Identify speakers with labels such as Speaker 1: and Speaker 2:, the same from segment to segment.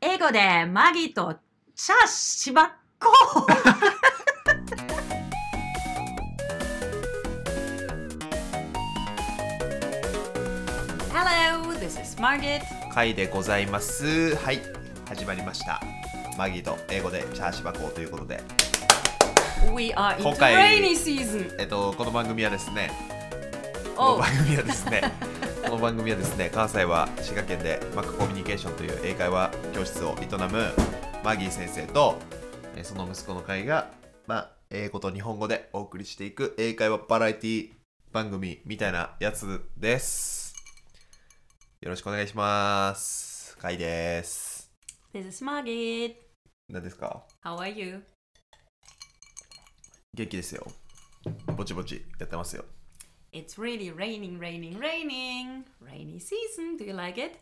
Speaker 1: 後でマギとチャしばっこ Hello, this is Margit
Speaker 2: 回でございますはい始まりましたマギーと英語でチャーシバコということで
Speaker 1: We are into
Speaker 2: 今回
Speaker 1: rainy season
Speaker 2: えっとこの番組はですねこの
Speaker 1: Oh,
Speaker 2: 番組はですねこの番組はですね関西は滋賀県でマックコミュニケーションという英会話教室を営むマギー先生とえーその息子の会がまあ英語と日本語でお送りしていく英会話バラエティ番組みたいなやつですよろしくお願いします会です
Speaker 1: this is Margit
Speaker 2: 何ですか
Speaker 1: How are you?
Speaker 2: 元気ですよぼちぼちやってますよ
Speaker 1: It's really raining, raining, raining Rainy season, do you like it?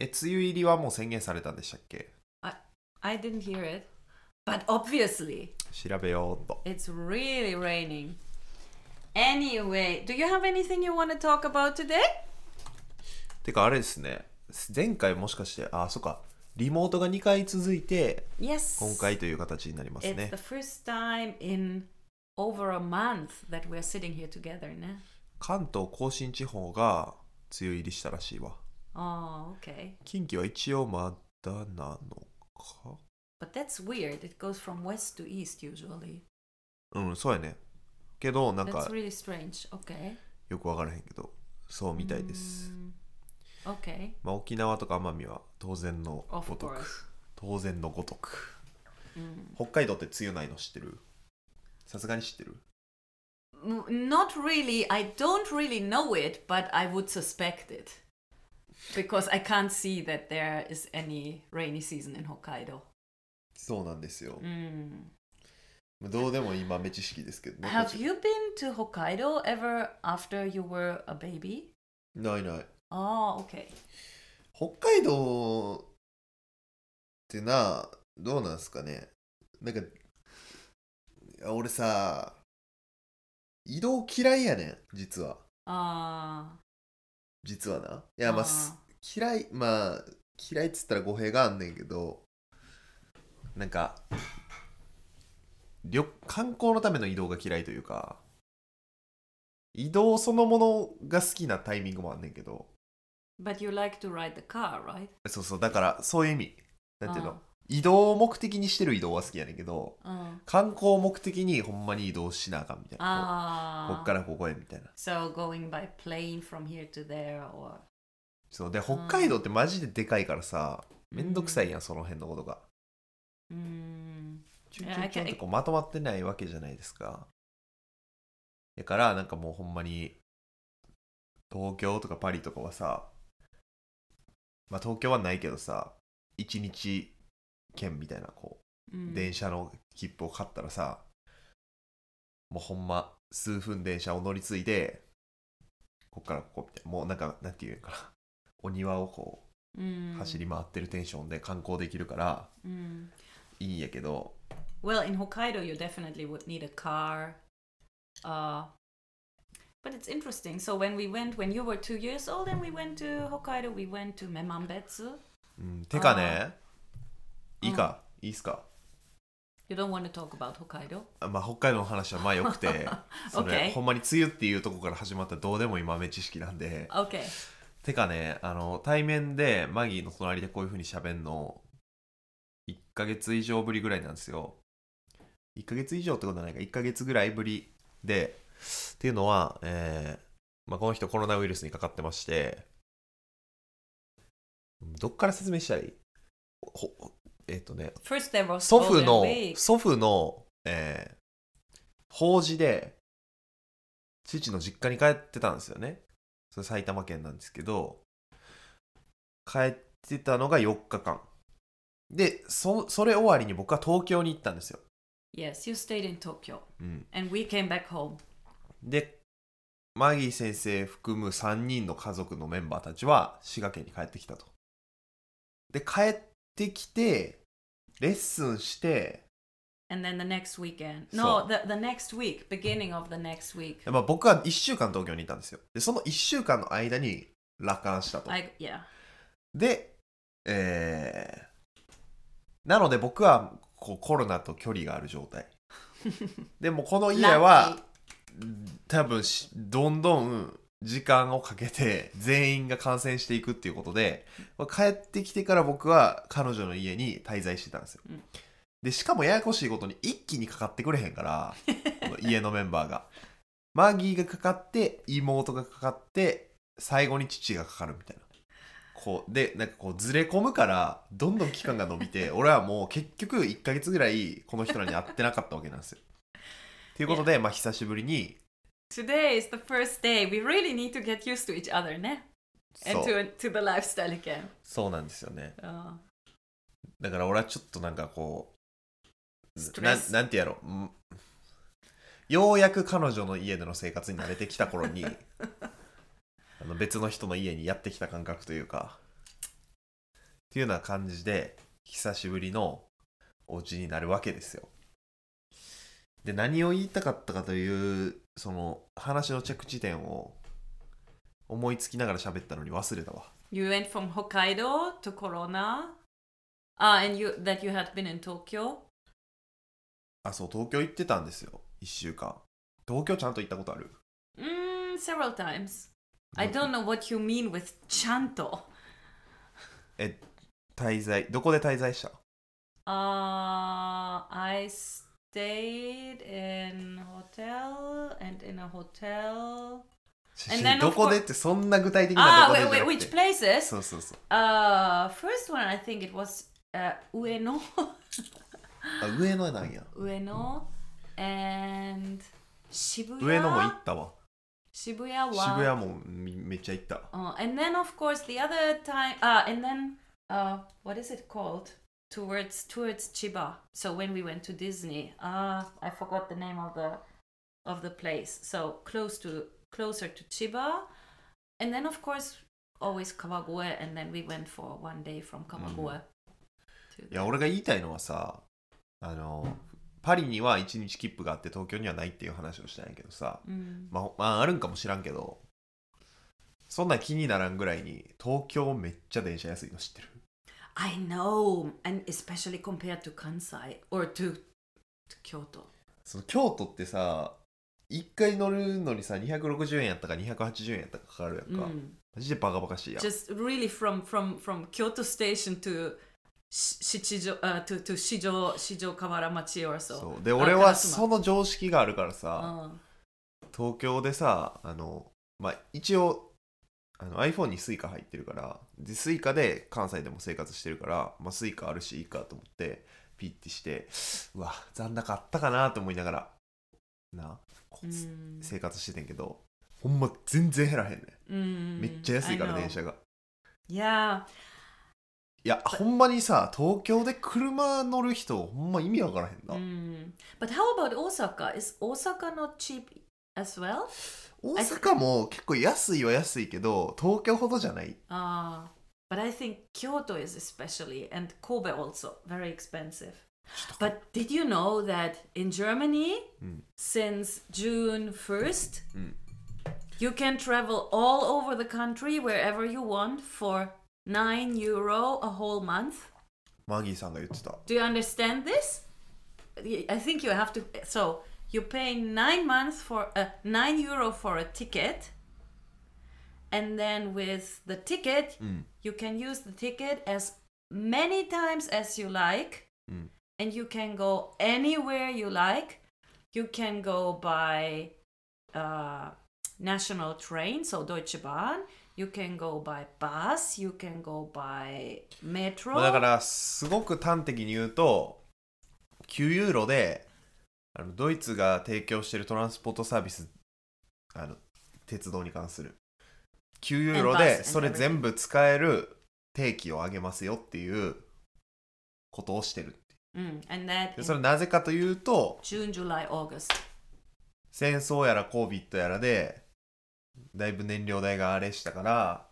Speaker 2: え梅雨入りはもう宣言されたんでしたっけ
Speaker 1: I didn't hear it But obviously
Speaker 2: 調べようっと
Speaker 1: It's really raining. Anyway, do you have anything you want to talk about today?
Speaker 2: てかあれですね前回もしかしてあそっかリモートが2回続いて
Speaker 1: Yes.
Speaker 2: 今回という形になります
Speaker 1: It's
Speaker 2: ね
Speaker 1: the first time in over a month that we're sitting here together, ne?
Speaker 2: 関東甲信地方が梅雨入りしたらしいわ
Speaker 1: Oh, okay.
Speaker 2: 近畿は一応まだなのか
Speaker 1: But that's weird. It goes from west to east usually.
Speaker 2: うんそうやねけどなん
Speaker 1: That's
Speaker 2: か
Speaker 1: really strange. Okay.
Speaker 2: よくわからへんけどそうみたいです、
Speaker 1: Mm, Okay.
Speaker 2: まあ、沖縄とか奄美は当然の
Speaker 1: Of
Speaker 2: ごと
Speaker 1: course.
Speaker 2: く当然のごとく
Speaker 1: Mm.
Speaker 2: 北海道って梅雨ないの知ってるさすがに知ってる
Speaker 1: Mm, Not really. I don't really know it, but I would suspect it. Because I can't see that there is any rainy season in Hokkaido.
Speaker 2: そうなんですよ
Speaker 1: Mm.
Speaker 2: どうでも今豆知識ですけど
Speaker 1: Have you been to Hokkaido ever after you were a baby?
Speaker 2: ないない
Speaker 1: Oh, okay.
Speaker 2: 北海道ってなどうなんすかねなんかいや俺さ移動嫌いやねん実は
Speaker 1: Ah,
Speaker 2: 実はないやまあす
Speaker 1: あ
Speaker 2: 嫌いまあ嫌いっつったら語弊があんねんけどなんか旅観光のための移動が嫌いというか移動そのものが好きなタイミングもあんねんけど
Speaker 1: but you like to ride the car, right?
Speaker 2: そうそうだからそういう意味なんていう
Speaker 1: あ
Speaker 2: の移動を目的にしてる移動は好きやねんけど
Speaker 1: Uh,
Speaker 2: 観光目的にほんまに移動しなあかんみたいな
Speaker 1: ah.
Speaker 2: こっからここへみたいな
Speaker 1: So going by plane from here to there or
Speaker 2: そうで北海道ってマジででかいからさめんどくさいやんその辺のことが
Speaker 1: mm,
Speaker 2: チュンチュンチュンってこうまとまってないわけじゃないですか。だからなんかもうほんまに東京とかパリとかはさまあ東京はないけどさ1日券みたいなこう
Speaker 1: mm.
Speaker 2: 電車の切符を買ったらさもうほんま数分電車を乗り継いでこっからここみたいなもうなんかなんていうんかなお庭をこ
Speaker 1: Mm,
Speaker 2: う走り回ってるテンションで観光できるから
Speaker 1: mm.
Speaker 2: いいんやけど
Speaker 1: Well, in Hokkaido, you definitely would need a car. Uh, but it's interesting. So when we went, when you were two years old, and we went to Hokkaido, we went to Memambetsu.
Speaker 2: うん、てかね、いいか、いいっすか。
Speaker 1: You don't want to talk about Hokkaido?、
Speaker 2: あまあ、北海道の話はまあよくてそれ、
Speaker 1: Okay
Speaker 2: ほんまに梅雨っていうとこから始まったどうでもいい豆知識なんで。
Speaker 1: Okay.
Speaker 2: てかね、あの、対面でマギーの隣でこういう風に喋んの、1ヶ月以上ぶりぐらいなんですよ。1ヶ月以上ってことはないか、1ヶ月ぐらいぶりで、っていうのは、えーまあ、この人コロナウイルスにかかってまして、どっから説明したらいいほえっ、とね、
Speaker 1: First, there was
Speaker 2: 祖父
Speaker 1: Golden
Speaker 2: の
Speaker 1: Week.
Speaker 2: 祖父の、えー法事で父の実家に帰ってたんですよねそれ埼玉県なんですけど帰ってたのが4日間でそそれ終わりに僕は東京に行ったんですよ、
Speaker 1: Yes, you stayed in Tokyo,
Speaker 2: うん、
Speaker 1: and we came back home.
Speaker 2: でマギー先生含む3人の家族のメンバーたちは滋賀県に帰ってきたと。で帰ってきてレッスンして、
Speaker 1: And then the next weekend.
Speaker 2: So-
Speaker 1: No, the, the next week, beginning of the next week.
Speaker 2: まあ、僕は1週間東京にいたんですよでその1週間の間に楽観したと
Speaker 1: I, yeah.
Speaker 2: でえーなので僕はこうコロナと距離がある状 態でもこの家
Speaker 1: ラッ
Speaker 2: は
Speaker 1: キー
Speaker 2: 多分しどんどん時間をかけて全員が感染していくっていうことで帰ってきてから僕は彼女の家に滞在してたんですよ、
Speaker 1: うん
Speaker 2: でしかもややこしいことに一気にかかってくれへんから この家のメンバーがマギーがかかって妹がかかって最後に父がかかるみたいなこうでなんかこうずれ込むからどんどん期間が伸び て俺はもう結局1ヶ月ぐらいこの人らに会ってなかったわけなんですよということで、まあ、久しぶりに
Speaker 1: Today is the first day. We really need to get used to each other, ne?
Speaker 2: そ
Speaker 1: And
Speaker 2: う
Speaker 1: to, to the lifestyle again.
Speaker 2: そうなんですよね
Speaker 1: Uh,
Speaker 2: だから俺はちょっとなんかこ
Speaker 1: ス
Speaker 2: う
Speaker 1: ト
Speaker 2: な
Speaker 1: レ
Speaker 2: ん
Speaker 1: ス
Speaker 2: なんてやろうんようやく彼女の家での生活に慣れてきた頃 にあの別の人の家にやってきた感覚というかっていうような感じで久しぶりのお家になるわけですよで何を言いたかったかというその話の着地点を思いつきながら喋ったのに忘れたわ
Speaker 1: you went from Hokkaido to Corona. Ah, and you that you had been in Tokyo.
Speaker 2: あそう東京行ってたんですよ1週間東京ちゃんと行ったことある
Speaker 1: Mm, several times. I
Speaker 2: ど
Speaker 1: don't know what you mean with chanto.
Speaker 2: え滞在どこで滞在した
Speaker 1: Uh, I stayed in hotel and in a hotel. And then,
Speaker 2: ど
Speaker 1: of
Speaker 2: こ
Speaker 1: course-
Speaker 2: でってそんな具体的な
Speaker 1: Ah,
Speaker 2: どこ
Speaker 1: wait,
Speaker 2: でじゃ
Speaker 1: wait,
Speaker 2: なく
Speaker 1: which
Speaker 2: て
Speaker 1: places?
Speaker 2: そうそうそう
Speaker 1: Uh, first one I think it was uh, Ueno,
Speaker 2: あ上野なんや
Speaker 1: Ueno, and Shibuya.
Speaker 2: 上野も行ったわ
Speaker 1: Shibuya
Speaker 2: 渋
Speaker 1: wa.
Speaker 2: 谷もめめっちゃ行った
Speaker 1: Uh, and then of course the other time. Ah, and then uh, what is it called? Towards towards Chiba. So when we went to Disney, ah, I forgot the name of the of the place. So close to closer to Chiba, and then of course always Kawagoe, and then we went for one day from Kawagoe. to
Speaker 2: いや俺が言いたいのはさあのパリには1日切符があって東京にはないっていう話をしたんやけどさ
Speaker 1: Mm.
Speaker 2: まあ、まあ、あるんかもしらんけどそんなん気にならんぐらいに東京めっちゃ電車安いの知ってる
Speaker 1: I know, and especially compared to Kansai or to, to Kyoto.
Speaker 2: その京都ってさ1回乗るのにさ260円やったか280円やったかかかるやんか、
Speaker 1: Mm.
Speaker 2: マジでバカバカしいやん
Speaker 1: just really from from from Kyoto station to Sh- Shichijo uh, to to Shijo Shijokawara-machi or so.
Speaker 2: そうで
Speaker 1: あ
Speaker 2: 俺
Speaker 1: 烏
Speaker 2: は
Speaker 1: 丸
Speaker 2: その常識があるからさ
Speaker 1: Uh,
Speaker 2: 東京でさあのまあ一応あの iPhone に Suica 入ってるからで Suica で関西でも生活してるから、まあ、Suica あるしいいかと思ってピッてしてうわ残高あったかなと思いながらなこう
Speaker 1: mm,
Speaker 2: 生活しててんけどほんま全然減らへんね
Speaker 1: mm,
Speaker 2: めっちゃ安いから
Speaker 1: I know.
Speaker 2: 電車が
Speaker 1: Yeah,
Speaker 2: いやほんまにさ東京で車乗る人ほんま意味わからへんな、
Speaker 1: mm. but how about Osaka? Is Osaka not cheap as well?
Speaker 2: 大阪も結構安いは安いけど東京ほどじゃない
Speaker 1: Uh, but I think Kyoto is especially and Kobe also very expensive.
Speaker 2: ちょっと
Speaker 1: But did you know that in Germany,
Speaker 2: Mm.
Speaker 1: since June 1st,
Speaker 2: Mm.
Speaker 1: you can travel all over the country wherever you want for 9 euro a whole month?
Speaker 2: マギーさんが言ってた
Speaker 1: Do you understand this? Y- I think you have to. So you pay 9 months for uh, 9 euro for a ticket. And then with the ticket,
Speaker 2: うん
Speaker 1: you can use the ticket as many times as you like
Speaker 2: うん
Speaker 1: and you can go anywhere you like. You can go by uh, national train, so Deutsche Bahn. You can go by bus. You can go by
Speaker 2: まあだ
Speaker 1: metro.
Speaker 2: からすごく端的に言うと9ユーロであのドイツが提供しているトランスポートサービスあの鉄道に関する9ユーロ
Speaker 1: And bus
Speaker 2: で
Speaker 1: and
Speaker 2: それ
Speaker 1: everything.
Speaker 2: 全部使える定期を上げますよっていうことをしてる
Speaker 1: Mm, and that
Speaker 2: で
Speaker 1: in
Speaker 2: それなぜかというと
Speaker 1: June, July, August.
Speaker 2: 戦争やら COVID やらでだいぶ燃料代があれしたから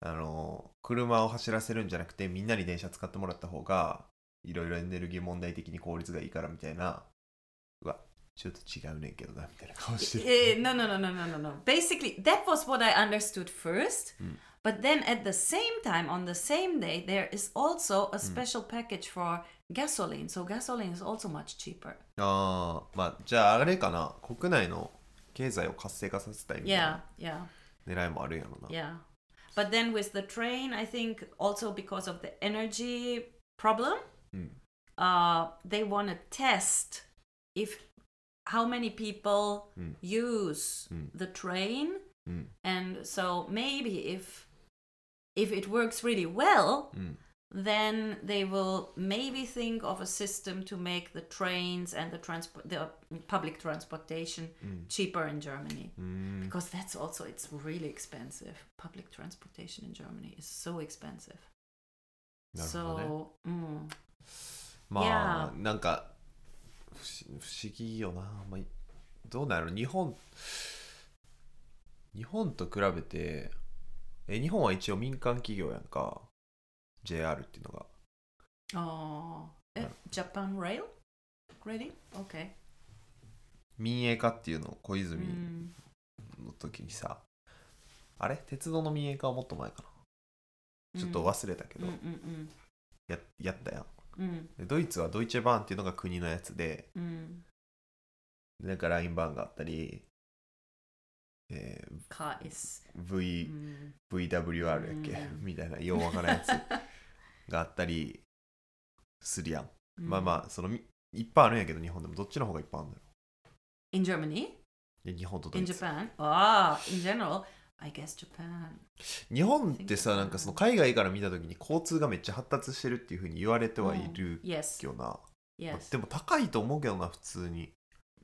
Speaker 2: あの車を走らせるんじゃなくてみんなに電車使ってもらった方がいろいろエネルギー問題的に効率がいいからみたいなうわちょっと違うねんけどなみたいな顔して
Speaker 1: Eh,
Speaker 2: る
Speaker 1: no, no, no, no, no, no, no. Basically, that was what I understood first.
Speaker 2: Mm.
Speaker 1: But then at the same time, on the same day, there is also a special package for gasoline. So gasoline is also much cheaper.
Speaker 2: ああまあじゃああれかな国内の経済を活性化させたいみたい
Speaker 1: Yeah,
Speaker 2: な
Speaker 1: yeah,
Speaker 2: 狙いもあるんやろな、
Speaker 1: yeah. But then with the train, I think also because of the energy problem,
Speaker 2: うん、
Speaker 1: uh, they want to test if how many people
Speaker 2: Mm.
Speaker 1: use
Speaker 2: Mm.
Speaker 1: the train
Speaker 2: うん、
Speaker 1: and so maybe if if it works really well
Speaker 2: うん、
Speaker 1: then they will maybe think of a system to make the trains and the transport the public transportation
Speaker 2: Mm.
Speaker 1: cheaper in germany
Speaker 2: うーん
Speaker 1: because that's also it's really expensive public transportation in germany is so expensive
Speaker 2: なるほどね
Speaker 1: so mm,
Speaker 2: まあなんか不思不思議よな、まあ、どうなる日本日本と比べてえ日本は一応民間企業やんか JR っていうのが
Speaker 1: oh eh, japan rail really okay
Speaker 2: 民営化っていうのを小泉
Speaker 1: Mm.
Speaker 2: の時にさ、あれ鉄道の民営化はもっと前かなちょっと忘れたけど、
Speaker 1: Mm, mm, mm,
Speaker 2: ややったやん
Speaker 1: mm,
Speaker 2: でドイツはドイチェバーンっていうのが国のやつで
Speaker 1: mm.
Speaker 2: なんかラインバーンがあったり、え
Speaker 1: car is
Speaker 2: ー v
Speaker 1: mm.
Speaker 2: VWR やっけ、
Speaker 1: う
Speaker 2: みたいなようわからんや つがあったりするやん、
Speaker 1: Mm.
Speaker 2: まあまあそのみいっぱいあるんやけど日本でもどっちの方がいっぱいあるんだろ
Speaker 1: in Germany,
Speaker 2: ういや日本とドイ
Speaker 1: in
Speaker 2: ツ
Speaker 1: Japan. Ah, in general, I guess Japan.
Speaker 2: 日本ってさなんかその海外から見た時に交通がめっちゃ発達してるっていうふうに言われてはいる
Speaker 1: Yes,
Speaker 2: けどな、まあ
Speaker 1: yes.
Speaker 2: でも高いと思うけどな普通に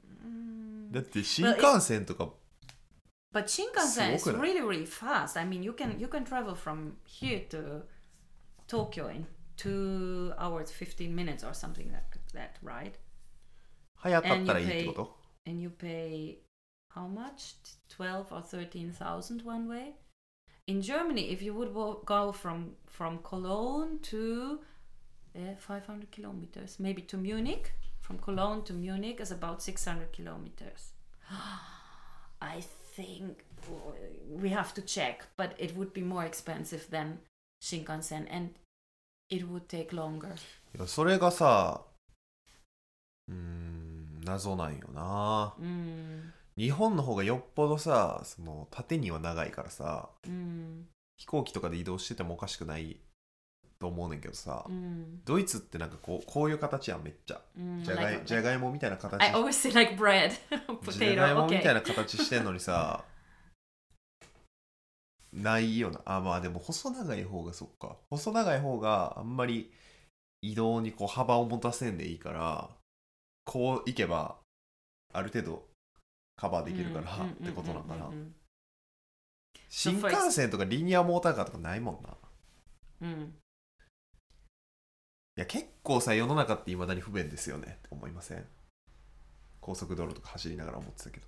Speaker 1: Mm.
Speaker 2: だって新幹線とか
Speaker 1: But Shinkansen is
Speaker 2: すごくない？
Speaker 1: really really fast. I mean, you can you can travel from here to Tokyo in two hours fifteen minutes or something like that, right?
Speaker 2: 早かったらいいってこと
Speaker 1: And you pay how much? Twelve or thirteen thousand one way. In Germany, if you would wo- go from from Cologne to uh, 500 kilometers, maybe to Munich, from Cologne to Munich is about 600 kilometers. I think we have to check, but it would be more expensive than Shinkansen, and it would take longer.
Speaker 2: いやそれがさうーん謎なんよな
Speaker 1: Mm,
Speaker 2: 日本の方がよっぽどさその縦には長いからさ
Speaker 1: mm,
Speaker 2: 飛行機とかで移動しててもおかしくないと思うねんけどさ、
Speaker 1: mm,
Speaker 2: ドイツってなんかこうこういう形やんめっちゃ
Speaker 1: mm,
Speaker 2: じゃがい
Speaker 1: like-
Speaker 2: じゃがいもみたいな形
Speaker 1: I always say like bread,
Speaker 2: じゃがい
Speaker 1: potato.
Speaker 2: もみた
Speaker 1: Okay.
Speaker 2: いな形してんのにさ ないよなあまあでも細長い方がそっか細長い方があんまり移動にこう幅を持たせんでいいからこう行けばある程度カバーで
Speaker 1: Mm,
Speaker 2: きるからってことなのかな新幹線とかリニアモーターカーとかないもんない
Speaker 1: mm,
Speaker 2: や結構さ世の中っていまだに不便ですよねって思いません高速道路とか走りながら思ってたけど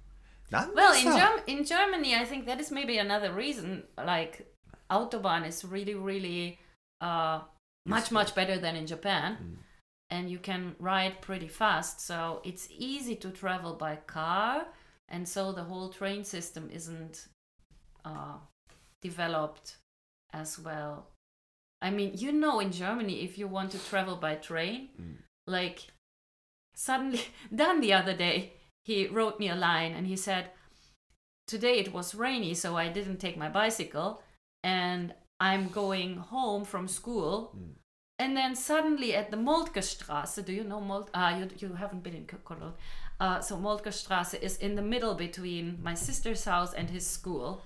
Speaker 2: なんで
Speaker 1: Well, in
Speaker 2: さ
Speaker 1: Germ- in Germany, I think that is maybe another reason. Like, autobahn is really, really uh, much,
Speaker 2: Useful.
Speaker 1: much better than in Japan,
Speaker 2: うん
Speaker 1: and you can ride pretty fast. So it's easy to travel by car, and so the whole train system isn't uh, developed as well. I mean, you know, in Germany, if you want to travel by train,
Speaker 2: うん、
Speaker 1: like suddenly dan the other day he wrote me a line and he said today it was rainy so i didn't take my bicycle and i'm going home from school
Speaker 2: Mm.
Speaker 1: and then suddenly at the Moltkestrasse, do you know Molt? Ah, you, you haven't been in K- Cologne. Uh, so Moltkestrasse is in the middle between my sister's house and his school.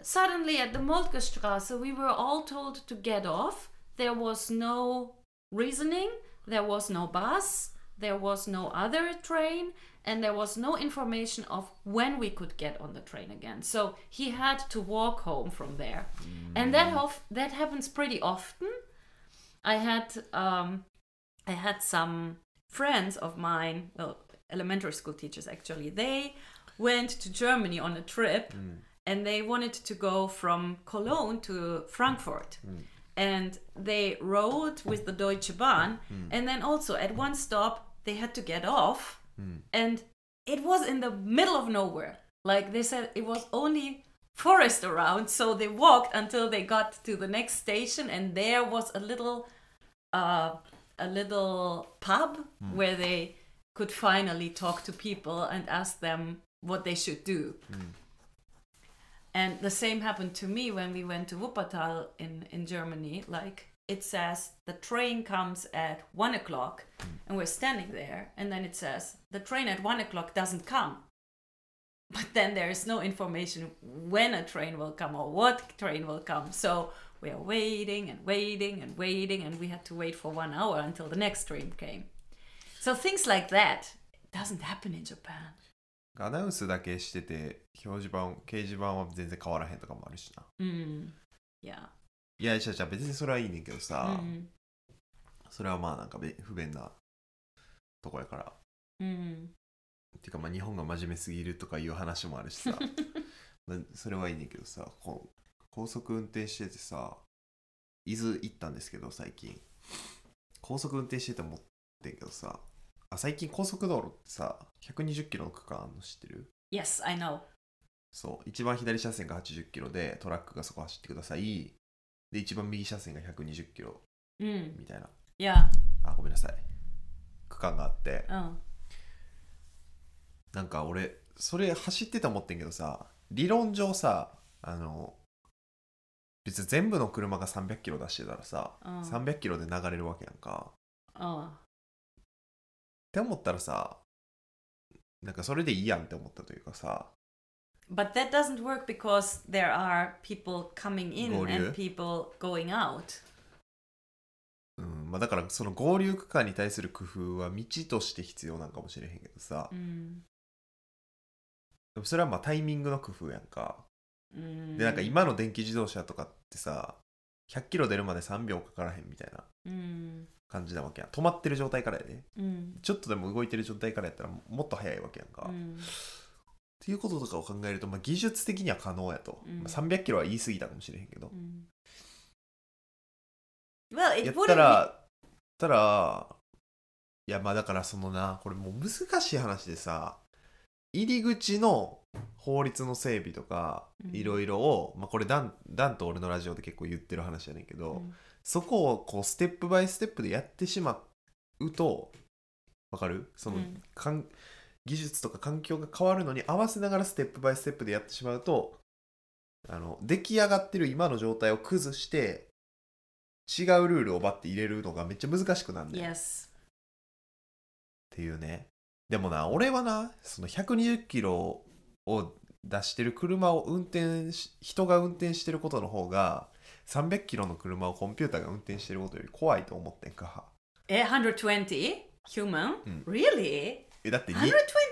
Speaker 1: Suddenly at the Moltkestrasse, we were all told to get off. There was no reasoning. There was no bus. There was no other train. And there was no information of when we could get on the train again. So he had to walk home from there. And that, hof- that happens pretty often. I had um, I had some friends of mine, well, elementary school teachers actually. They went to Germany on a trip, and they wanted to go from Cologne to Frankfurt. And they rode with the Deutsche Bahn, and then also at one stop they had to get off, and it was in the middle of nowhere. Like they said, it was only forest around. So they walked until they got to the next station, and there was a little, uh, a little pub where they could finally talk to people and ask them what they should do. And the same happened to me when we went to Wuppertal in, in Germany. Like it says the train comes at one o'clock and we're standing there and then it says the train at one o'clock doesn't come. But then there is no information when a train will come or what train will come. So we are waiting and waiting and waiting and we had to wait for one hour until the next train came. So things like that doesn't happen in Japan.
Speaker 2: アナウンスだけしてて表示板掲示板は全然変わらへんとかもあるしな
Speaker 1: Mm. Yeah.
Speaker 2: いやいやいや別にそれはいいねんけどさ、
Speaker 1: Mm.
Speaker 2: それはまあなんかべ不便なとこやから
Speaker 1: Mm.
Speaker 2: てかまあ日本が真面目すぎるとかいう話もあるしさなそれはいいねんけどさこう高速運転しててさ伊豆行ったんですけど最近高速運転してて思ってんけどさあ最近高速道路ってさ120キロの区間あんの知ってる
Speaker 1: Yes, I know.
Speaker 2: そう一番左車線が80キロでトラックがそこ走ってくださいで一番右車線が120キロ
Speaker 1: Mm.
Speaker 2: みたいな
Speaker 1: Yeah.
Speaker 2: あごめんなさい区間があって、
Speaker 1: Oh.
Speaker 2: なんか俺それ走ってた思ってんけどさ理論上さあの別に全部の車が300キロ出してたらさ、
Speaker 1: うん
Speaker 2: 300キロで流れるわけやんか
Speaker 1: Oh.
Speaker 2: って思ったらさなんかそれでいいやんって思ったというかさ
Speaker 1: But that doesn't work because there are people coming in
Speaker 2: Go you.
Speaker 1: and people going out.
Speaker 2: うんまあ、だからその合流区間に対する工夫は道として必要なんかもしれへんけどさ
Speaker 1: Mm.
Speaker 2: でもそれはまあタイミングの工夫やんか
Speaker 1: Mm.
Speaker 2: でなんか今の電気自動車とかってさ100キロ出るまで3秒かからへんみたいな
Speaker 1: Mm.
Speaker 2: 感じなわけやん止まってる状態からやで、
Speaker 1: Mm.
Speaker 2: ちょっとでも動いてる状態からやったらももっと早いわけやんか。っ
Speaker 1: Mm.
Speaker 2: ていうこととかを考えると、まあ、技術的には可能やと、
Speaker 1: うん
Speaker 2: まあ300キロは言い過ぎたかもしれへんけど、
Speaker 1: Mm. Well, it
Speaker 2: やっ
Speaker 1: wouldn't.
Speaker 2: たらたらいやまあだからそのなこれもう難しい話でさ入り口の法律の整備とか
Speaker 1: うん
Speaker 2: いろいろを、まあ、これダンダンと俺のラジオで結構言ってる話やねんけど、
Speaker 1: うん
Speaker 2: そこをこうステップバイステップでやってしまうとわかるその、
Speaker 1: うん
Speaker 2: かん技術とか環境が変わるのに合わせながらステップバイステップでやってしまうとあの出来上がってる今の状態を崩して違うルールをバッて入れるのがめっちゃ難しくなるんだよっ
Speaker 1: Yes.
Speaker 2: ていうねでもな俺はなその120キロを出してる車を運転し人が運転してることの方が300キロの車をコンピューターが運転してることより怖いと思ってんか
Speaker 1: Eh, 120 human.
Speaker 2: Mm.
Speaker 1: Really?
Speaker 2: えだってに
Speaker 1: 120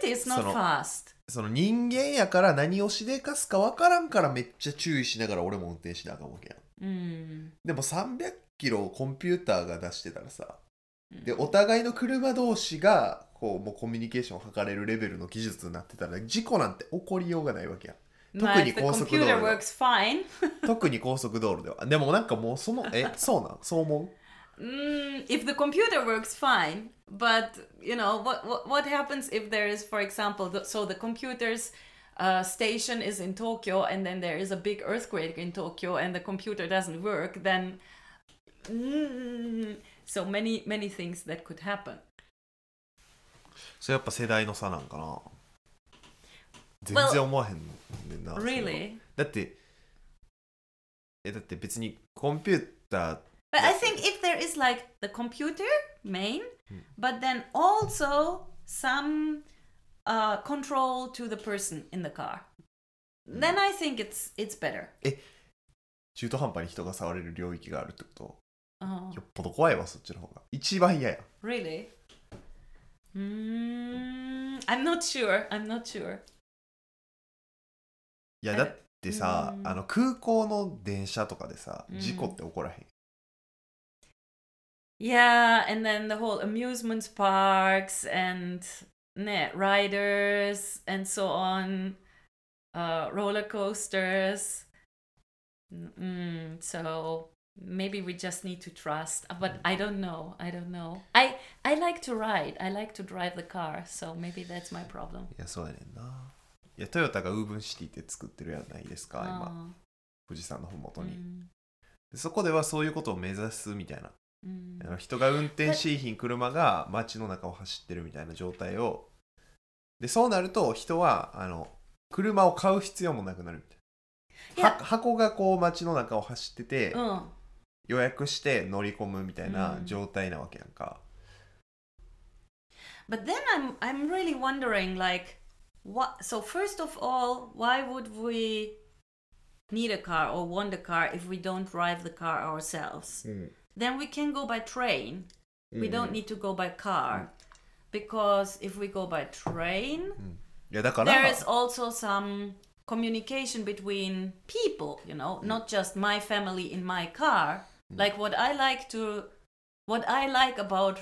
Speaker 1: is not
Speaker 2: Sono-
Speaker 1: fast.
Speaker 2: その人間やから何をしでかすかわからんからめっちゃ注意しながら俺も運転しなあかんわけやん
Speaker 1: Mm.
Speaker 2: でも300キロをコンピューターが出してたらさでお互いの車同士がこうもうコミュニケーションを図れるレベルの技術になってたら事故なんて起こりようがないわけやん
Speaker 1: But
Speaker 2: 特に
Speaker 1: if the
Speaker 2: 高速道路。
Speaker 1: computer works fine.
Speaker 2: 特に高速道路ではでもなんかもうその えそうなんそう思
Speaker 1: Mm, if the computer works fine, but you know what, what what happens if there is, for example, the, so the computer's uh, station is in Tokyo, and then there is a big earthquake in Tokyo, and the computer doesn't work. Then, mm, so many many things that could happen.
Speaker 2: うそれやっぱ世代の差なんかな全
Speaker 1: Well-
Speaker 2: 然思わへんねんなそれは
Speaker 1: Really,
Speaker 2: だってえだって別にコンピューター
Speaker 1: but I think if there is like the computer main, but then also some uh, control to the person in the car, then I think it's it's better.
Speaker 2: 中途半端に人が触れる領域があるってこと
Speaker 1: Oh,
Speaker 2: よっぽど怖いわそっちの方が一番嫌や
Speaker 1: really? Mm, I'm not sure. I'm not sure.
Speaker 2: いやだってさ、
Speaker 1: うん
Speaker 2: あの空港の電車とかでさ
Speaker 1: うん
Speaker 2: 事故って起こらへん、
Speaker 1: Yeah, and then the whole amusement parks and ne, riders and so on, uh, roller coasters. Mm, so maybe we just need to trust. uh, But I don't know. I don't know. I I like to ride. I like to drive the car. So maybe that's my problem.
Speaker 2: いやそうやねんないやトヨタがウーブンシティって作ってるやないですか今
Speaker 1: あ
Speaker 2: 富士山のふも
Speaker 1: ー
Speaker 2: とに、
Speaker 1: うん
Speaker 2: でそこではそういうことを目指すみたいな
Speaker 1: うん
Speaker 2: あの人が運転しいひん車が街の中を走ってるみたいな状態をでそうなると人はあの車を買う必要もなくなるみ
Speaker 1: い
Speaker 2: たいな
Speaker 1: や
Speaker 2: は箱がこう街の中を走ってて、
Speaker 1: うん
Speaker 2: 予約して乗り込むみたいな
Speaker 1: うん
Speaker 2: 状態なわけやんか、
Speaker 1: But then I'm I'm really wondering like what so first of all, why would we need a car or want a car if we don't drive the car ourselves? Then we can go by train. We
Speaker 2: Mm.
Speaker 1: don't need to go by car. Because if we go by train,
Speaker 2: いやだから
Speaker 1: there is also some communication between people you know not just my family in my car like what i like to what i like about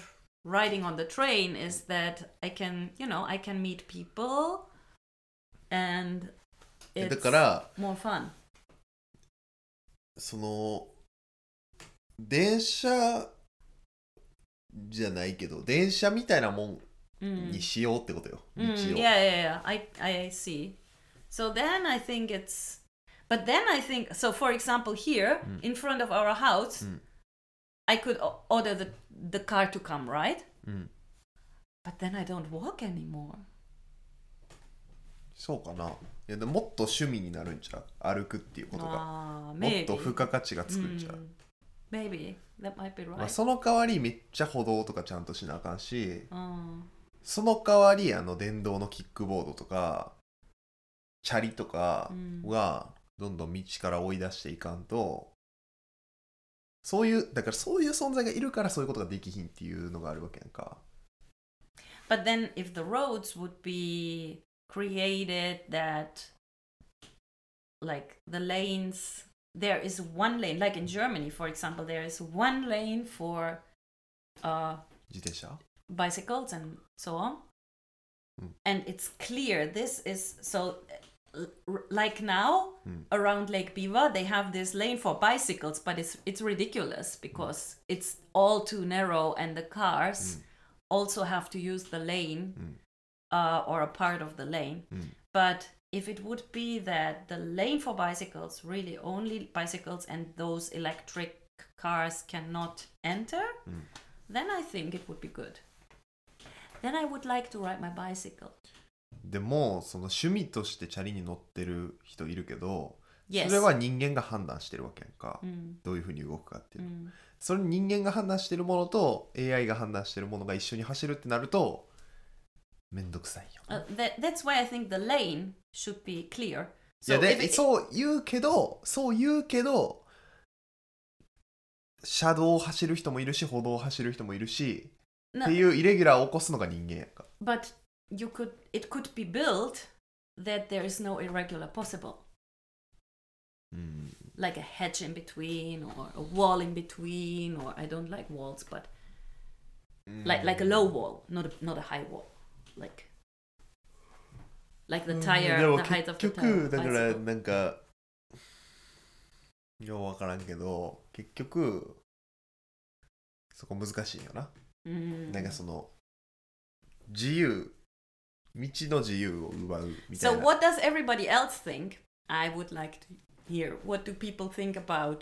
Speaker 1: riding on the train is that i can you know i can meet people and
Speaker 2: え
Speaker 1: it's
Speaker 2: だから
Speaker 1: more fun
Speaker 2: その電車じゃないけど電車みたいなもん
Speaker 1: Mm.
Speaker 2: にしようってことよ、
Speaker 1: Mm,
Speaker 2: 道を
Speaker 1: yeah, yeah, yeah. I, I see. So then I think it's. But then I think. So, for example, here in front of our house,
Speaker 2: Mm.
Speaker 1: I could o- order the, the car to come, right?
Speaker 2: うん、
Speaker 1: But then I don't walk anymore.
Speaker 2: そうかないやでももっと趣味になるんちゃう歩くっていうことが
Speaker 1: Ah,
Speaker 2: もっ
Speaker 1: maybe.
Speaker 2: と付加価値がつくんちゃう、
Speaker 1: Mm. Maybe. That might be
Speaker 2: まあ、
Speaker 1: right.
Speaker 2: その代わりめっちゃ歩道とかちゃんとしなあかんし
Speaker 1: Oh.
Speaker 2: その代わりあの電動のキックボードとかチャリとかはどんどん道から追い出していかんと、そういうだからそういう存在がいるからそういうことができひんっていうのがあるわけやんか
Speaker 1: But then if the roads would be created that like the lanes there is one lane like in Germany for example there is one lane for uh
Speaker 2: 自転車
Speaker 1: bicycles and so on
Speaker 2: Mm.
Speaker 1: and it's clear this is so uh, r- like now
Speaker 2: Mm.
Speaker 1: around Lake Biwa they have this lane for bicycles but it's it's ridiculous because it's all too narrow and the cars also have to use the lane
Speaker 2: Mm.
Speaker 1: uh, or a part of the lane
Speaker 2: うん
Speaker 1: but if it would be that the lane for bicycles really only bicycles and those electric cars cannot enter
Speaker 2: Mm.
Speaker 1: then I think it would be good. Then I would like to ride my bicycle.
Speaker 2: でもその趣味としてチャリに乗ってる人いるけど
Speaker 1: Yes.
Speaker 2: それは人間が判断してるわけやんか、
Speaker 1: Mm,
Speaker 2: どういうふうに動くかっていうの
Speaker 1: mm.
Speaker 2: それに人間が判断してるものと AI が判断してるものが一緒に走るってなるとめんどくさいよ、
Speaker 1: Uh, that, that's why I think the lane should be clear.
Speaker 2: いや
Speaker 1: So
Speaker 2: で
Speaker 1: if it-
Speaker 2: そう言うけどそう言うけど車道を走る人もいるし歩道を走る人もいるしっ
Speaker 1: no,
Speaker 2: ていうイレギュラーを起こすのが人間やんか
Speaker 1: but you could it could be built that there is no irregular possible,
Speaker 2: うん、
Speaker 1: like a hedge in between or a wall in between, or I don't like walls, but like like a low wall, not a, not a high wall, like like the
Speaker 2: で
Speaker 1: tire,
Speaker 2: も
Speaker 1: the height
Speaker 2: 結
Speaker 1: of the
Speaker 2: 局
Speaker 1: tire.
Speaker 2: だから
Speaker 1: bicycle.
Speaker 2: なんかよう分からんけど結局そこ難しいよな
Speaker 1: Mm.
Speaker 2: なんかその自由道の自由を奪うみた
Speaker 1: So
Speaker 2: いな
Speaker 1: what does everybody else think? I would like to hear. What do people think about?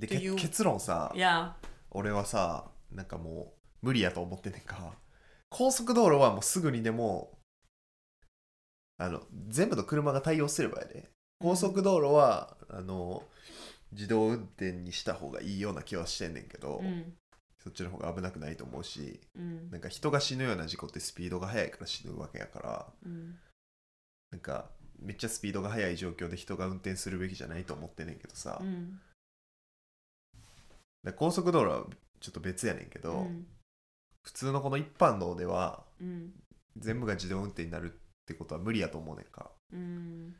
Speaker 2: で
Speaker 1: do you-
Speaker 2: け結論さ
Speaker 1: Yeah.
Speaker 2: 俺はさなんかもう無理やと思ってんねんか高速道路はもうすぐにでもあの全部の車が対応すればやで高速道路はあの自動運転にした方がいいような気はしてんねんけど、
Speaker 1: Mm,
Speaker 2: そっちの方が危なくないと思うし
Speaker 1: mm,
Speaker 2: なんか人が死ぬような事故ってスピードが速いから死ぬわけやから
Speaker 1: mm.
Speaker 2: なんかめっちゃスピードが速い状況で人が運転するべきじゃないと思ってんねんけどさ、
Speaker 1: Mm,
Speaker 2: で高速道路はちょっと別やねんけど、
Speaker 1: mm,
Speaker 2: 普通のこの一般道では
Speaker 1: mm,
Speaker 2: 全部が自動運転になるってことは無理やと思うねんか。
Speaker 1: mm.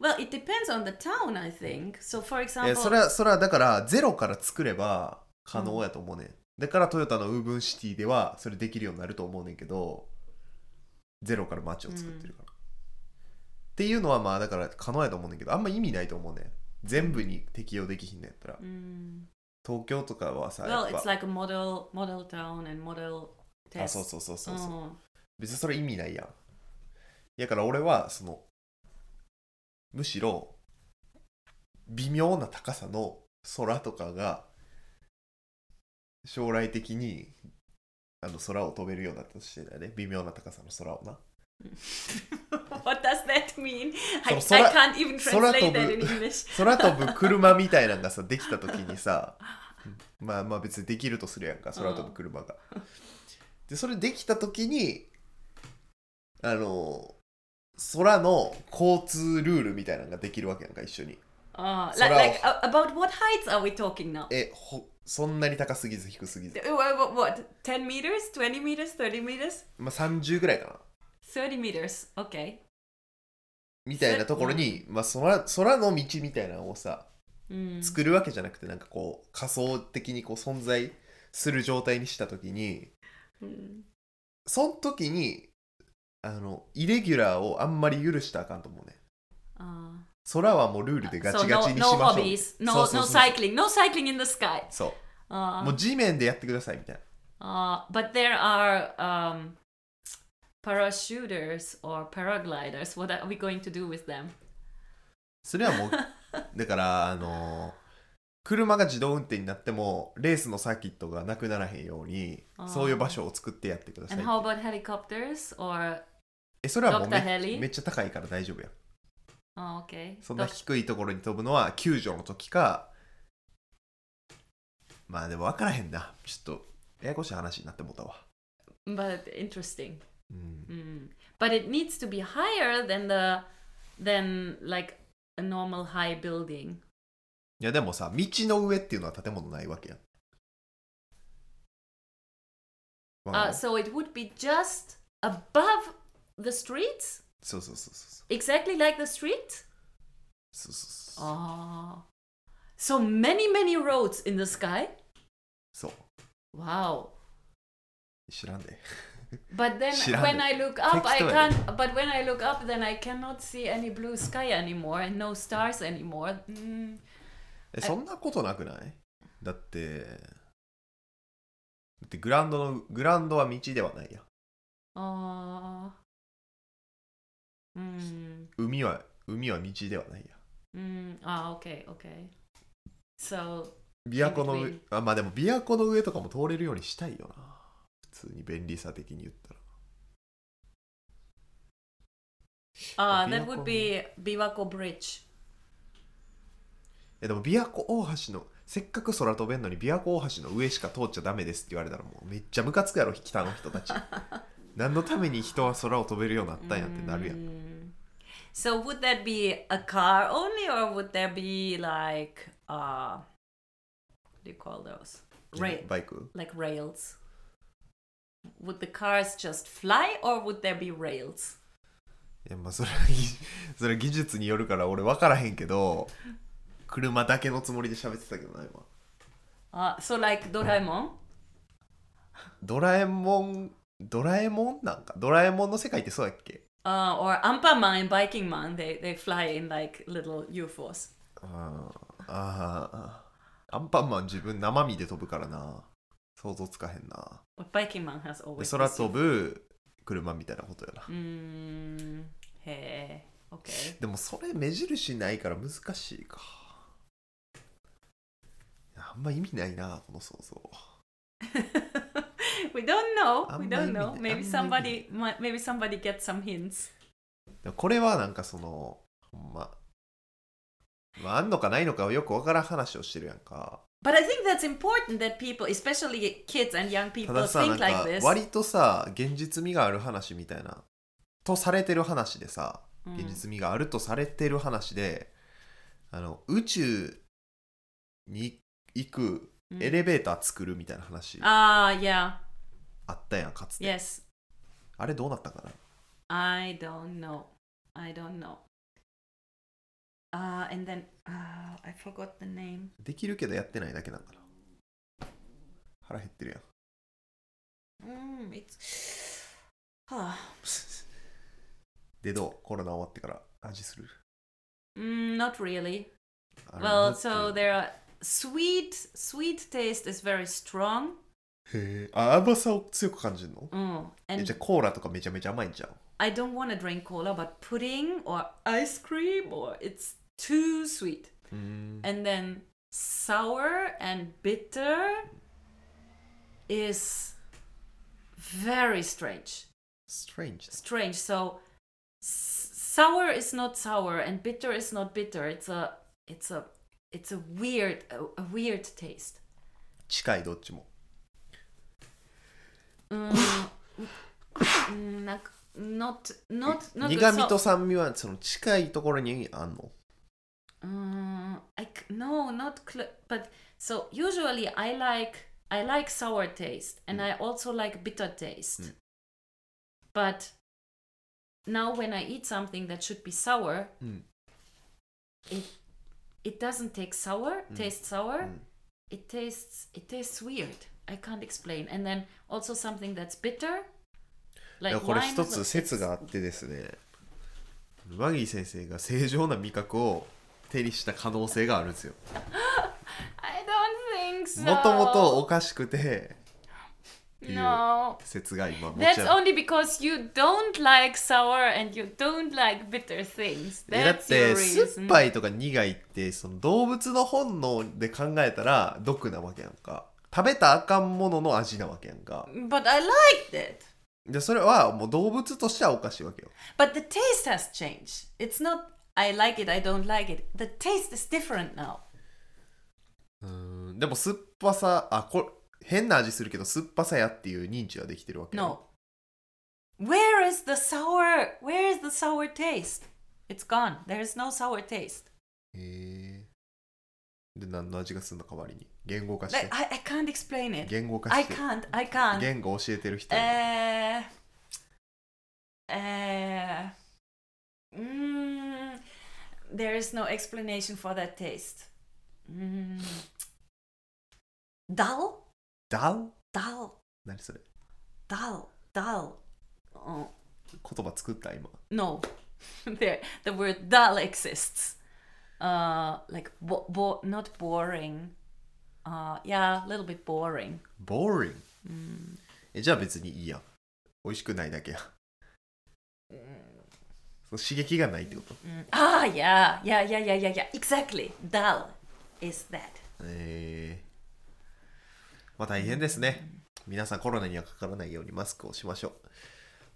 Speaker 1: Well, it depends on the town, I think. So, for
Speaker 2: え
Speaker 1: example,
Speaker 2: それはそれはだからゼロから作れば可能やと思うねん。だからトヨタのウーブンシティではそれできるようになると思うねんけどゼロから街を作ってるから。っていうのはまあだから可能やと思うねんけどあんま意味ないと思うねん。全部に適用できひんねんやったら。
Speaker 1: Mm.
Speaker 2: 東京とかはさ
Speaker 1: well,
Speaker 2: やっ
Speaker 1: it's
Speaker 2: ぱ
Speaker 1: like a model, model town and model
Speaker 2: あそ
Speaker 1: test.
Speaker 2: うそうそうそうそう。
Speaker 1: Oh.
Speaker 2: 別にそれ意味ないやん。だから俺はそのむしろ微妙な高さの空とかが将来的にあの空を飛べるようになったとしてだよね微妙な高さの空をな
Speaker 1: what does that mean? I, I
Speaker 2: その空
Speaker 1: can't even
Speaker 2: 空
Speaker 1: translate
Speaker 2: 飛ぶ
Speaker 1: that in English.
Speaker 2: 空飛ぶ車みたいなのがさできた時にさまあまあ別にできるとするやんか空飛ぶ車が。でそれできた時にあの空の交通ルールみたいなのができるわけやんか一緒に。
Speaker 1: Uh, like, like
Speaker 2: Sort
Speaker 1: uh,
Speaker 2: of.
Speaker 1: about what heights are we talking now? uh,
Speaker 2: えほそんなに高すぎず低すぎず、
Speaker 1: What, what, what? 10 meters? 20 meters? 30 meters?
Speaker 2: まあ、30ぐらいかな
Speaker 1: 30 meters. Okay.
Speaker 2: みたいなところに、まあ、空空の道みたいなのをさ
Speaker 1: Mm.
Speaker 2: 作るわけじゃなくてなんかこう仮想的にこう存在する状態にした時に
Speaker 1: Mm.
Speaker 2: その時にあのイレギュラーをあんまり許したらあかんと思うね
Speaker 1: Uh,
Speaker 2: 空はもうルールでガ
Speaker 1: so
Speaker 2: チガ
Speaker 1: no,
Speaker 2: チに
Speaker 1: no
Speaker 2: しましょう
Speaker 1: hobbies,
Speaker 2: そ
Speaker 1: no
Speaker 2: うそう
Speaker 1: no
Speaker 2: そう
Speaker 1: cycling, no cycling in the sky.
Speaker 2: そう
Speaker 1: Uh,
Speaker 2: もう地面でやってくださいみたいな
Speaker 1: Uh, but there are um, parachuters or paragliders. What are we going to do with them?
Speaker 2: それはもう だからあの車が自動運転になってもレースのサーキットがなくならへんように
Speaker 1: あー
Speaker 2: そういう場所を作ってやってください
Speaker 1: And how about helicopters or
Speaker 2: えそれはもう
Speaker 1: ドクターヘ
Speaker 2: め
Speaker 1: リ
Speaker 2: めっちゃ高いから大丈夫やん
Speaker 1: oh, okay?
Speaker 2: そんな
Speaker 1: Doc-
Speaker 2: 低いところに飛ぶのは救助の時かまあでも分からへんなちょっとややこしい話になってもうたわ
Speaker 1: but interesting.
Speaker 2: うん、
Speaker 1: Mm. But it needs to be higher than the than like a normal high building.
Speaker 2: いやでもさ道の上っていうのは建物ないわけやんわか
Speaker 1: Uh,
Speaker 2: る
Speaker 1: so it would be just above the streets,
Speaker 2: そうそうそうそう
Speaker 1: exactly like the street.
Speaker 2: そうそうそうそう
Speaker 1: Oh, so many many roads in the sky.
Speaker 2: そう
Speaker 1: Wow.
Speaker 2: 知らん で
Speaker 1: But then
Speaker 2: Shirane.
Speaker 1: when I look up, I
Speaker 2: Text
Speaker 1: can't. But when I look up, then I cannot see any blue sky anymore and no stars anymore. Mm.
Speaker 2: えそんなことなくないだってだってグラウンドのグラウンドは道ではないやん
Speaker 1: Oh. Mm.
Speaker 2: 海は海は道ではないやん
Speaker 1: Mm. Ah, okay, okay. So
Speaker 2: 琵琶湖の
Speaker 1: In
Speaker 2: 上
Speaker 1: between
Speaker 2: あまあでも琵琶湖の上とかも通れるようにしたいよな普通に便利さ的に言ったら
Speaker 1: uh,
Speaker 2: The
Speaker 1: that would be Biwako Bridge.
Speaker 2: えでも琵琶湖大橋のせっかく空飛べんのに琵琶湖大橋の上しか通っちゃダメですって言われたらもうめっちゃムカつくやろ北の人たち 何のために人は空を飛べるようになったんやってなるやん
Speaker 1: Mm. So would that be a car only, or would there be like uh, what do you call those? Rail,
Speaker 2: バイク
Speaker 1: like rails. Would the cars just fly or would there be rails?
Speaker 2: いやまあそれは技それは技術によるから俺分からへんけど車だけのつもりで喋ってたけどな今
Speaker 1: Uh, so like Doraemon?
Speaker 2: ドラえもんドラえもんなんかドラえもんの世界ってそうやっけ
Speaker 1: Uh, or Ampaman and Biking Man, they, they fly in like little UFOs.
Speaker 2: あーあーアンパンマン自分生身で飛ぶからな想像つかへんな
Speaker 1: But Biking Man has
Speaker 2: で
Speaker 1: always.
Speaker 2: 空
Speaker 1: this
Speaker 2: 飛
Speaker 1: UFO.
Speaker 2: ぶ車みたいなことやな
Speaker 1: Mm, hey, okay.
Speaker 2: でもそれ目印ないから難しいかいやあんま意味ないなこの想像
Speaker 1: we don't know. We
Speaker 2: I'm
Speaker 1: don't
Speaker 2: maybe-
Speaker 1: know. Maybe
Speaker 2: I'm
Speaker 1: somebody might, maybe somebody gets some hints.
Speaker 2: でもこれはなんかそのほんま、まあ、あんのかないのかよくわからん話をしてるやんか
Speaker 1: But I think that's important that people, especially kids and young
Speaker 2: た
Speaker 1: people,
Speaker 2: ださなん
Speaker 1: think
Speaker 2: か
Speaker 1: like this.
Speaker 2: 割とさ現実味がある話みたいなとされてる話でさ
Speaker 1: Mm.
Speaker 2: 現実味があるとされてる話で、あの宇宙に行く
Speaker 1: Mm.
Speaker 2: エレベーター作るみたいな話
Speaker 1: Ah, yeah.
Speaker 2: あったやんかつて、
Speaker 1: Yes.
Speaker 2: あれどうなったかな
Speaker 1: I don't know. I don't know. Uh, and then uh, I forgot the name.
Speaker 2: できるけどやってないだけなんかな腹減ってるや
Speaker 1: Mm,
Speaker 2: ん
Speaker 1: it's. ah, Huh.
Speaker 2: でどうコロナ終わってから味する
Speaker 1: Mm, not really.
Speaker 2: あ
Speaker 1: well,
Speaker 2: れなんて
Speaker 1: so
Speaker 2: いう
Speaker 1: there are sweet. Sweet taste is very strong,
Speaker 2: へえあ甘さを強く感じるの
Speaker 1: Mm.
Speaker 2: え
Speaker 1: And
Speaker 2: じゃあコーラとかめちゃめちゃ甘いんじゃん
Speaker 1: I don't want to drink cola, but pudding or ice cream or it's too sweet.
Speaker 2: うーん
Speaker 1: And then sour and bitter is very strange.
Speaker 2: strange
Speaker 1: Strange. So s- sour is not sour and bitter is not bitter. It's a it's a it's a weird a, a weird taste.
Speaker 2: 近いどっちも
Speaker 1: Mm, like not not not
Speaker 2: 苦味
Speaker 1: so-
Speaker 2: と酸味はその近いところにあんの
Speaker 1: Mm, I c- no, not cl- but so usually I like I like sour taste and I also like bitter taste.
Speaker 2: Mm.
Speaker 1: But now when I eat something that should be sour,
Speaker 2: うん
Speaker 1: it it doesn't take sour, taste sour.
Speaker 2: Mm.
Speaker 1: It tastes it tastes weird. I can't explain. And then also something that's bitter.
Speaker 2: いやこれ
Speaker 1: wine is
Speaker 2: 一
Speaker 1: not-
Speaker 2: つ説があってですねマギー先生が正常な味覚を手にした可能性があるんですよ
Speaker 1: I don't think so.
Speaker 2: もともとおかしくてっていう
Speaker 1: No.
Speaker 2: 説が今持
Speaker 1: That's
Speaker 2: ち上
Speaker 1: only because you don't like sour and you don't like bitter things.
Speaker 2: えだっ
Speaker 1: That's
Speaker 2: て
Speaker 1: your
Speaker 2: 酸
Speaker 1: reason.
Speaker 2: っぱいとか苦いってその動物の本能で考えたら毒なわけやんか食べたあかんものの味なわけやんか
Speaker 1: But I liked it.
Speaker 2: でそれはもう動物としてはおかしいわけよ
Speaker 1: But the taste has changed. It's not I like it, I don't like it. The taste is different now.
Speaker 2: うーんでも酸っぱさあこれ変な味するけど酸っぱさやっていう認知はできてるわけよ
Speaker 1: No. Where is the sour? Where is the sour taste? It's gone. There is no sour taste.
Speaker 2: へえ。で、何の味がするの代わりに。言語化し
Speaker 1: Like,
Speaker 2: て。
Speaker 1: I, I can't explain it.
Speaker 2: 言語化
Speaker 1: I
Speaker 2: して。
Speaker 1: can't. I can't.
Speaker 2: 言語教えてる人に。
Speaker 1: Uh, uh, mm, there is no explanation for that taste. Mm. Dull,
Speaker 2: ダウ
Speaker 1: dull,
Speaker 2: 何それ
Speaker 1: dull, dull. Oh,
Speaker 2: 言葉作った今。
Speaker 1: no, there the word dull exists. Uh, like bo- bo- not boring. Uh, yeah, a little bit boring. Mm,
Speaker 2: boring。え、じゃあ別にいいやん。美味しくないだけや。その刺激がないってこと。
Speaker 1: Mm. Ah, yeah, yeah, yeah, yeah, yeah, yeah. Exactly, dull is that.
Speaker 2: えー。まあ大変ですね。皆さんコロナにはかからないようにマスクをしましょう。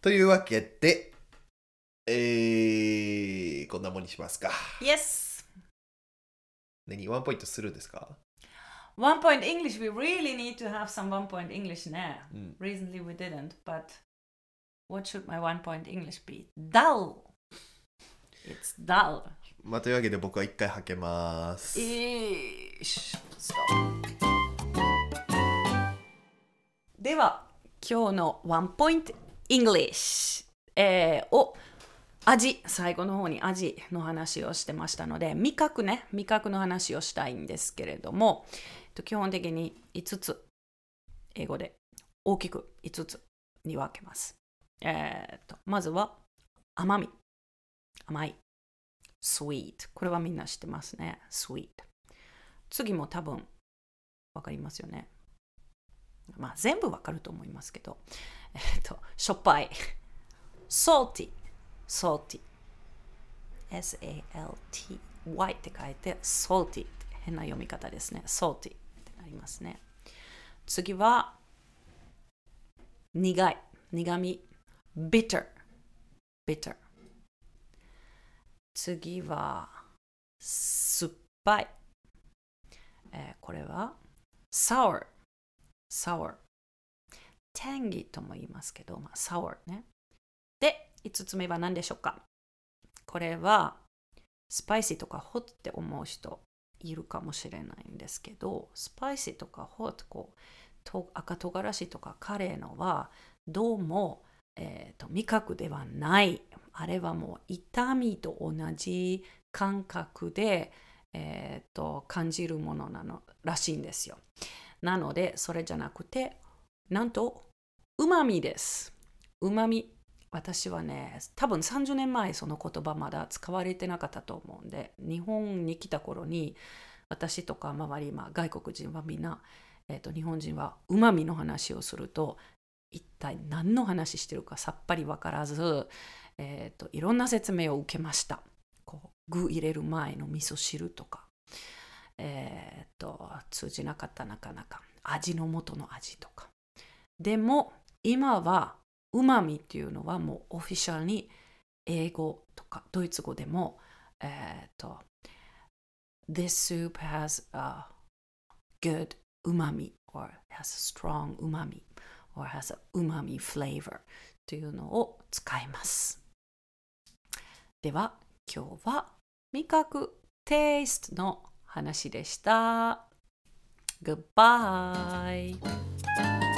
Speaker 2: というわけで、えー、こんなもんにしますか。
Speaker 1: Yes.
Speaker 2: 何ワンポイントするんですか
Speaker 1: One point English, we really need to have some one point English now.
Speaker 2: Mm.
Speaker 1: Recently we didn't, but what should my one point English be? Dull. It's dull.
Speaker 2: まあ、というわけで僕は一回吐けます。
Speaker 1: Ish. Stop. では今日のワンポイント English、えーを味最後の方に味の話をしてましたので味覚ね味覚の話をしたいんですけれどもえっと基本的に5つ英語で大きく5つに分けます、えーっとまずは甘み甘い sweet これはみんな知ってますね sweet 次も多分分かりますよねまあ全部わかると思いますけど、えっと、しょっぱい。salty, salty, s-a-l-t-y って書いて salty って変な読み方ですね。salty ってなりますね。次は苦い、苦味 bitter, bitter 次は酸っぱい。えーこれは sour, sour 天気とも言いますけど、まあ、sour ねで5つ目は何でしょうかこれはスパイシーとかホットって思う人いるかもしれないんですけどスパイシーとかホットこうと赤唐辛子とかカレーのはどうも、えーと味覚ではないあれはもう痛みと同じ感覚で、えーと感じるものなのらしいんですよなのでそれじゃなくてなんとうまみですうまみ私はね多分30年前その言葉まだ使われてなかったと思うんで日本に来た頃に私とか周り、まあ、外国人はみんな、えー、と日本人はうまみの話をすると一体何の話してるかさっぱりわからず、えー、といろんな説明を受けましたこう具入れる前の味噌汁とか、えー、と通じなかったなかなか味の素の味とかでも今はうまみっていうのはもうオフィシャルに英語とかドイツ語でもえーっと This soup has a good umami or has a strong umami or has a umami flavor というのを使いますでは今日は味覚テイストの話でした Goodbye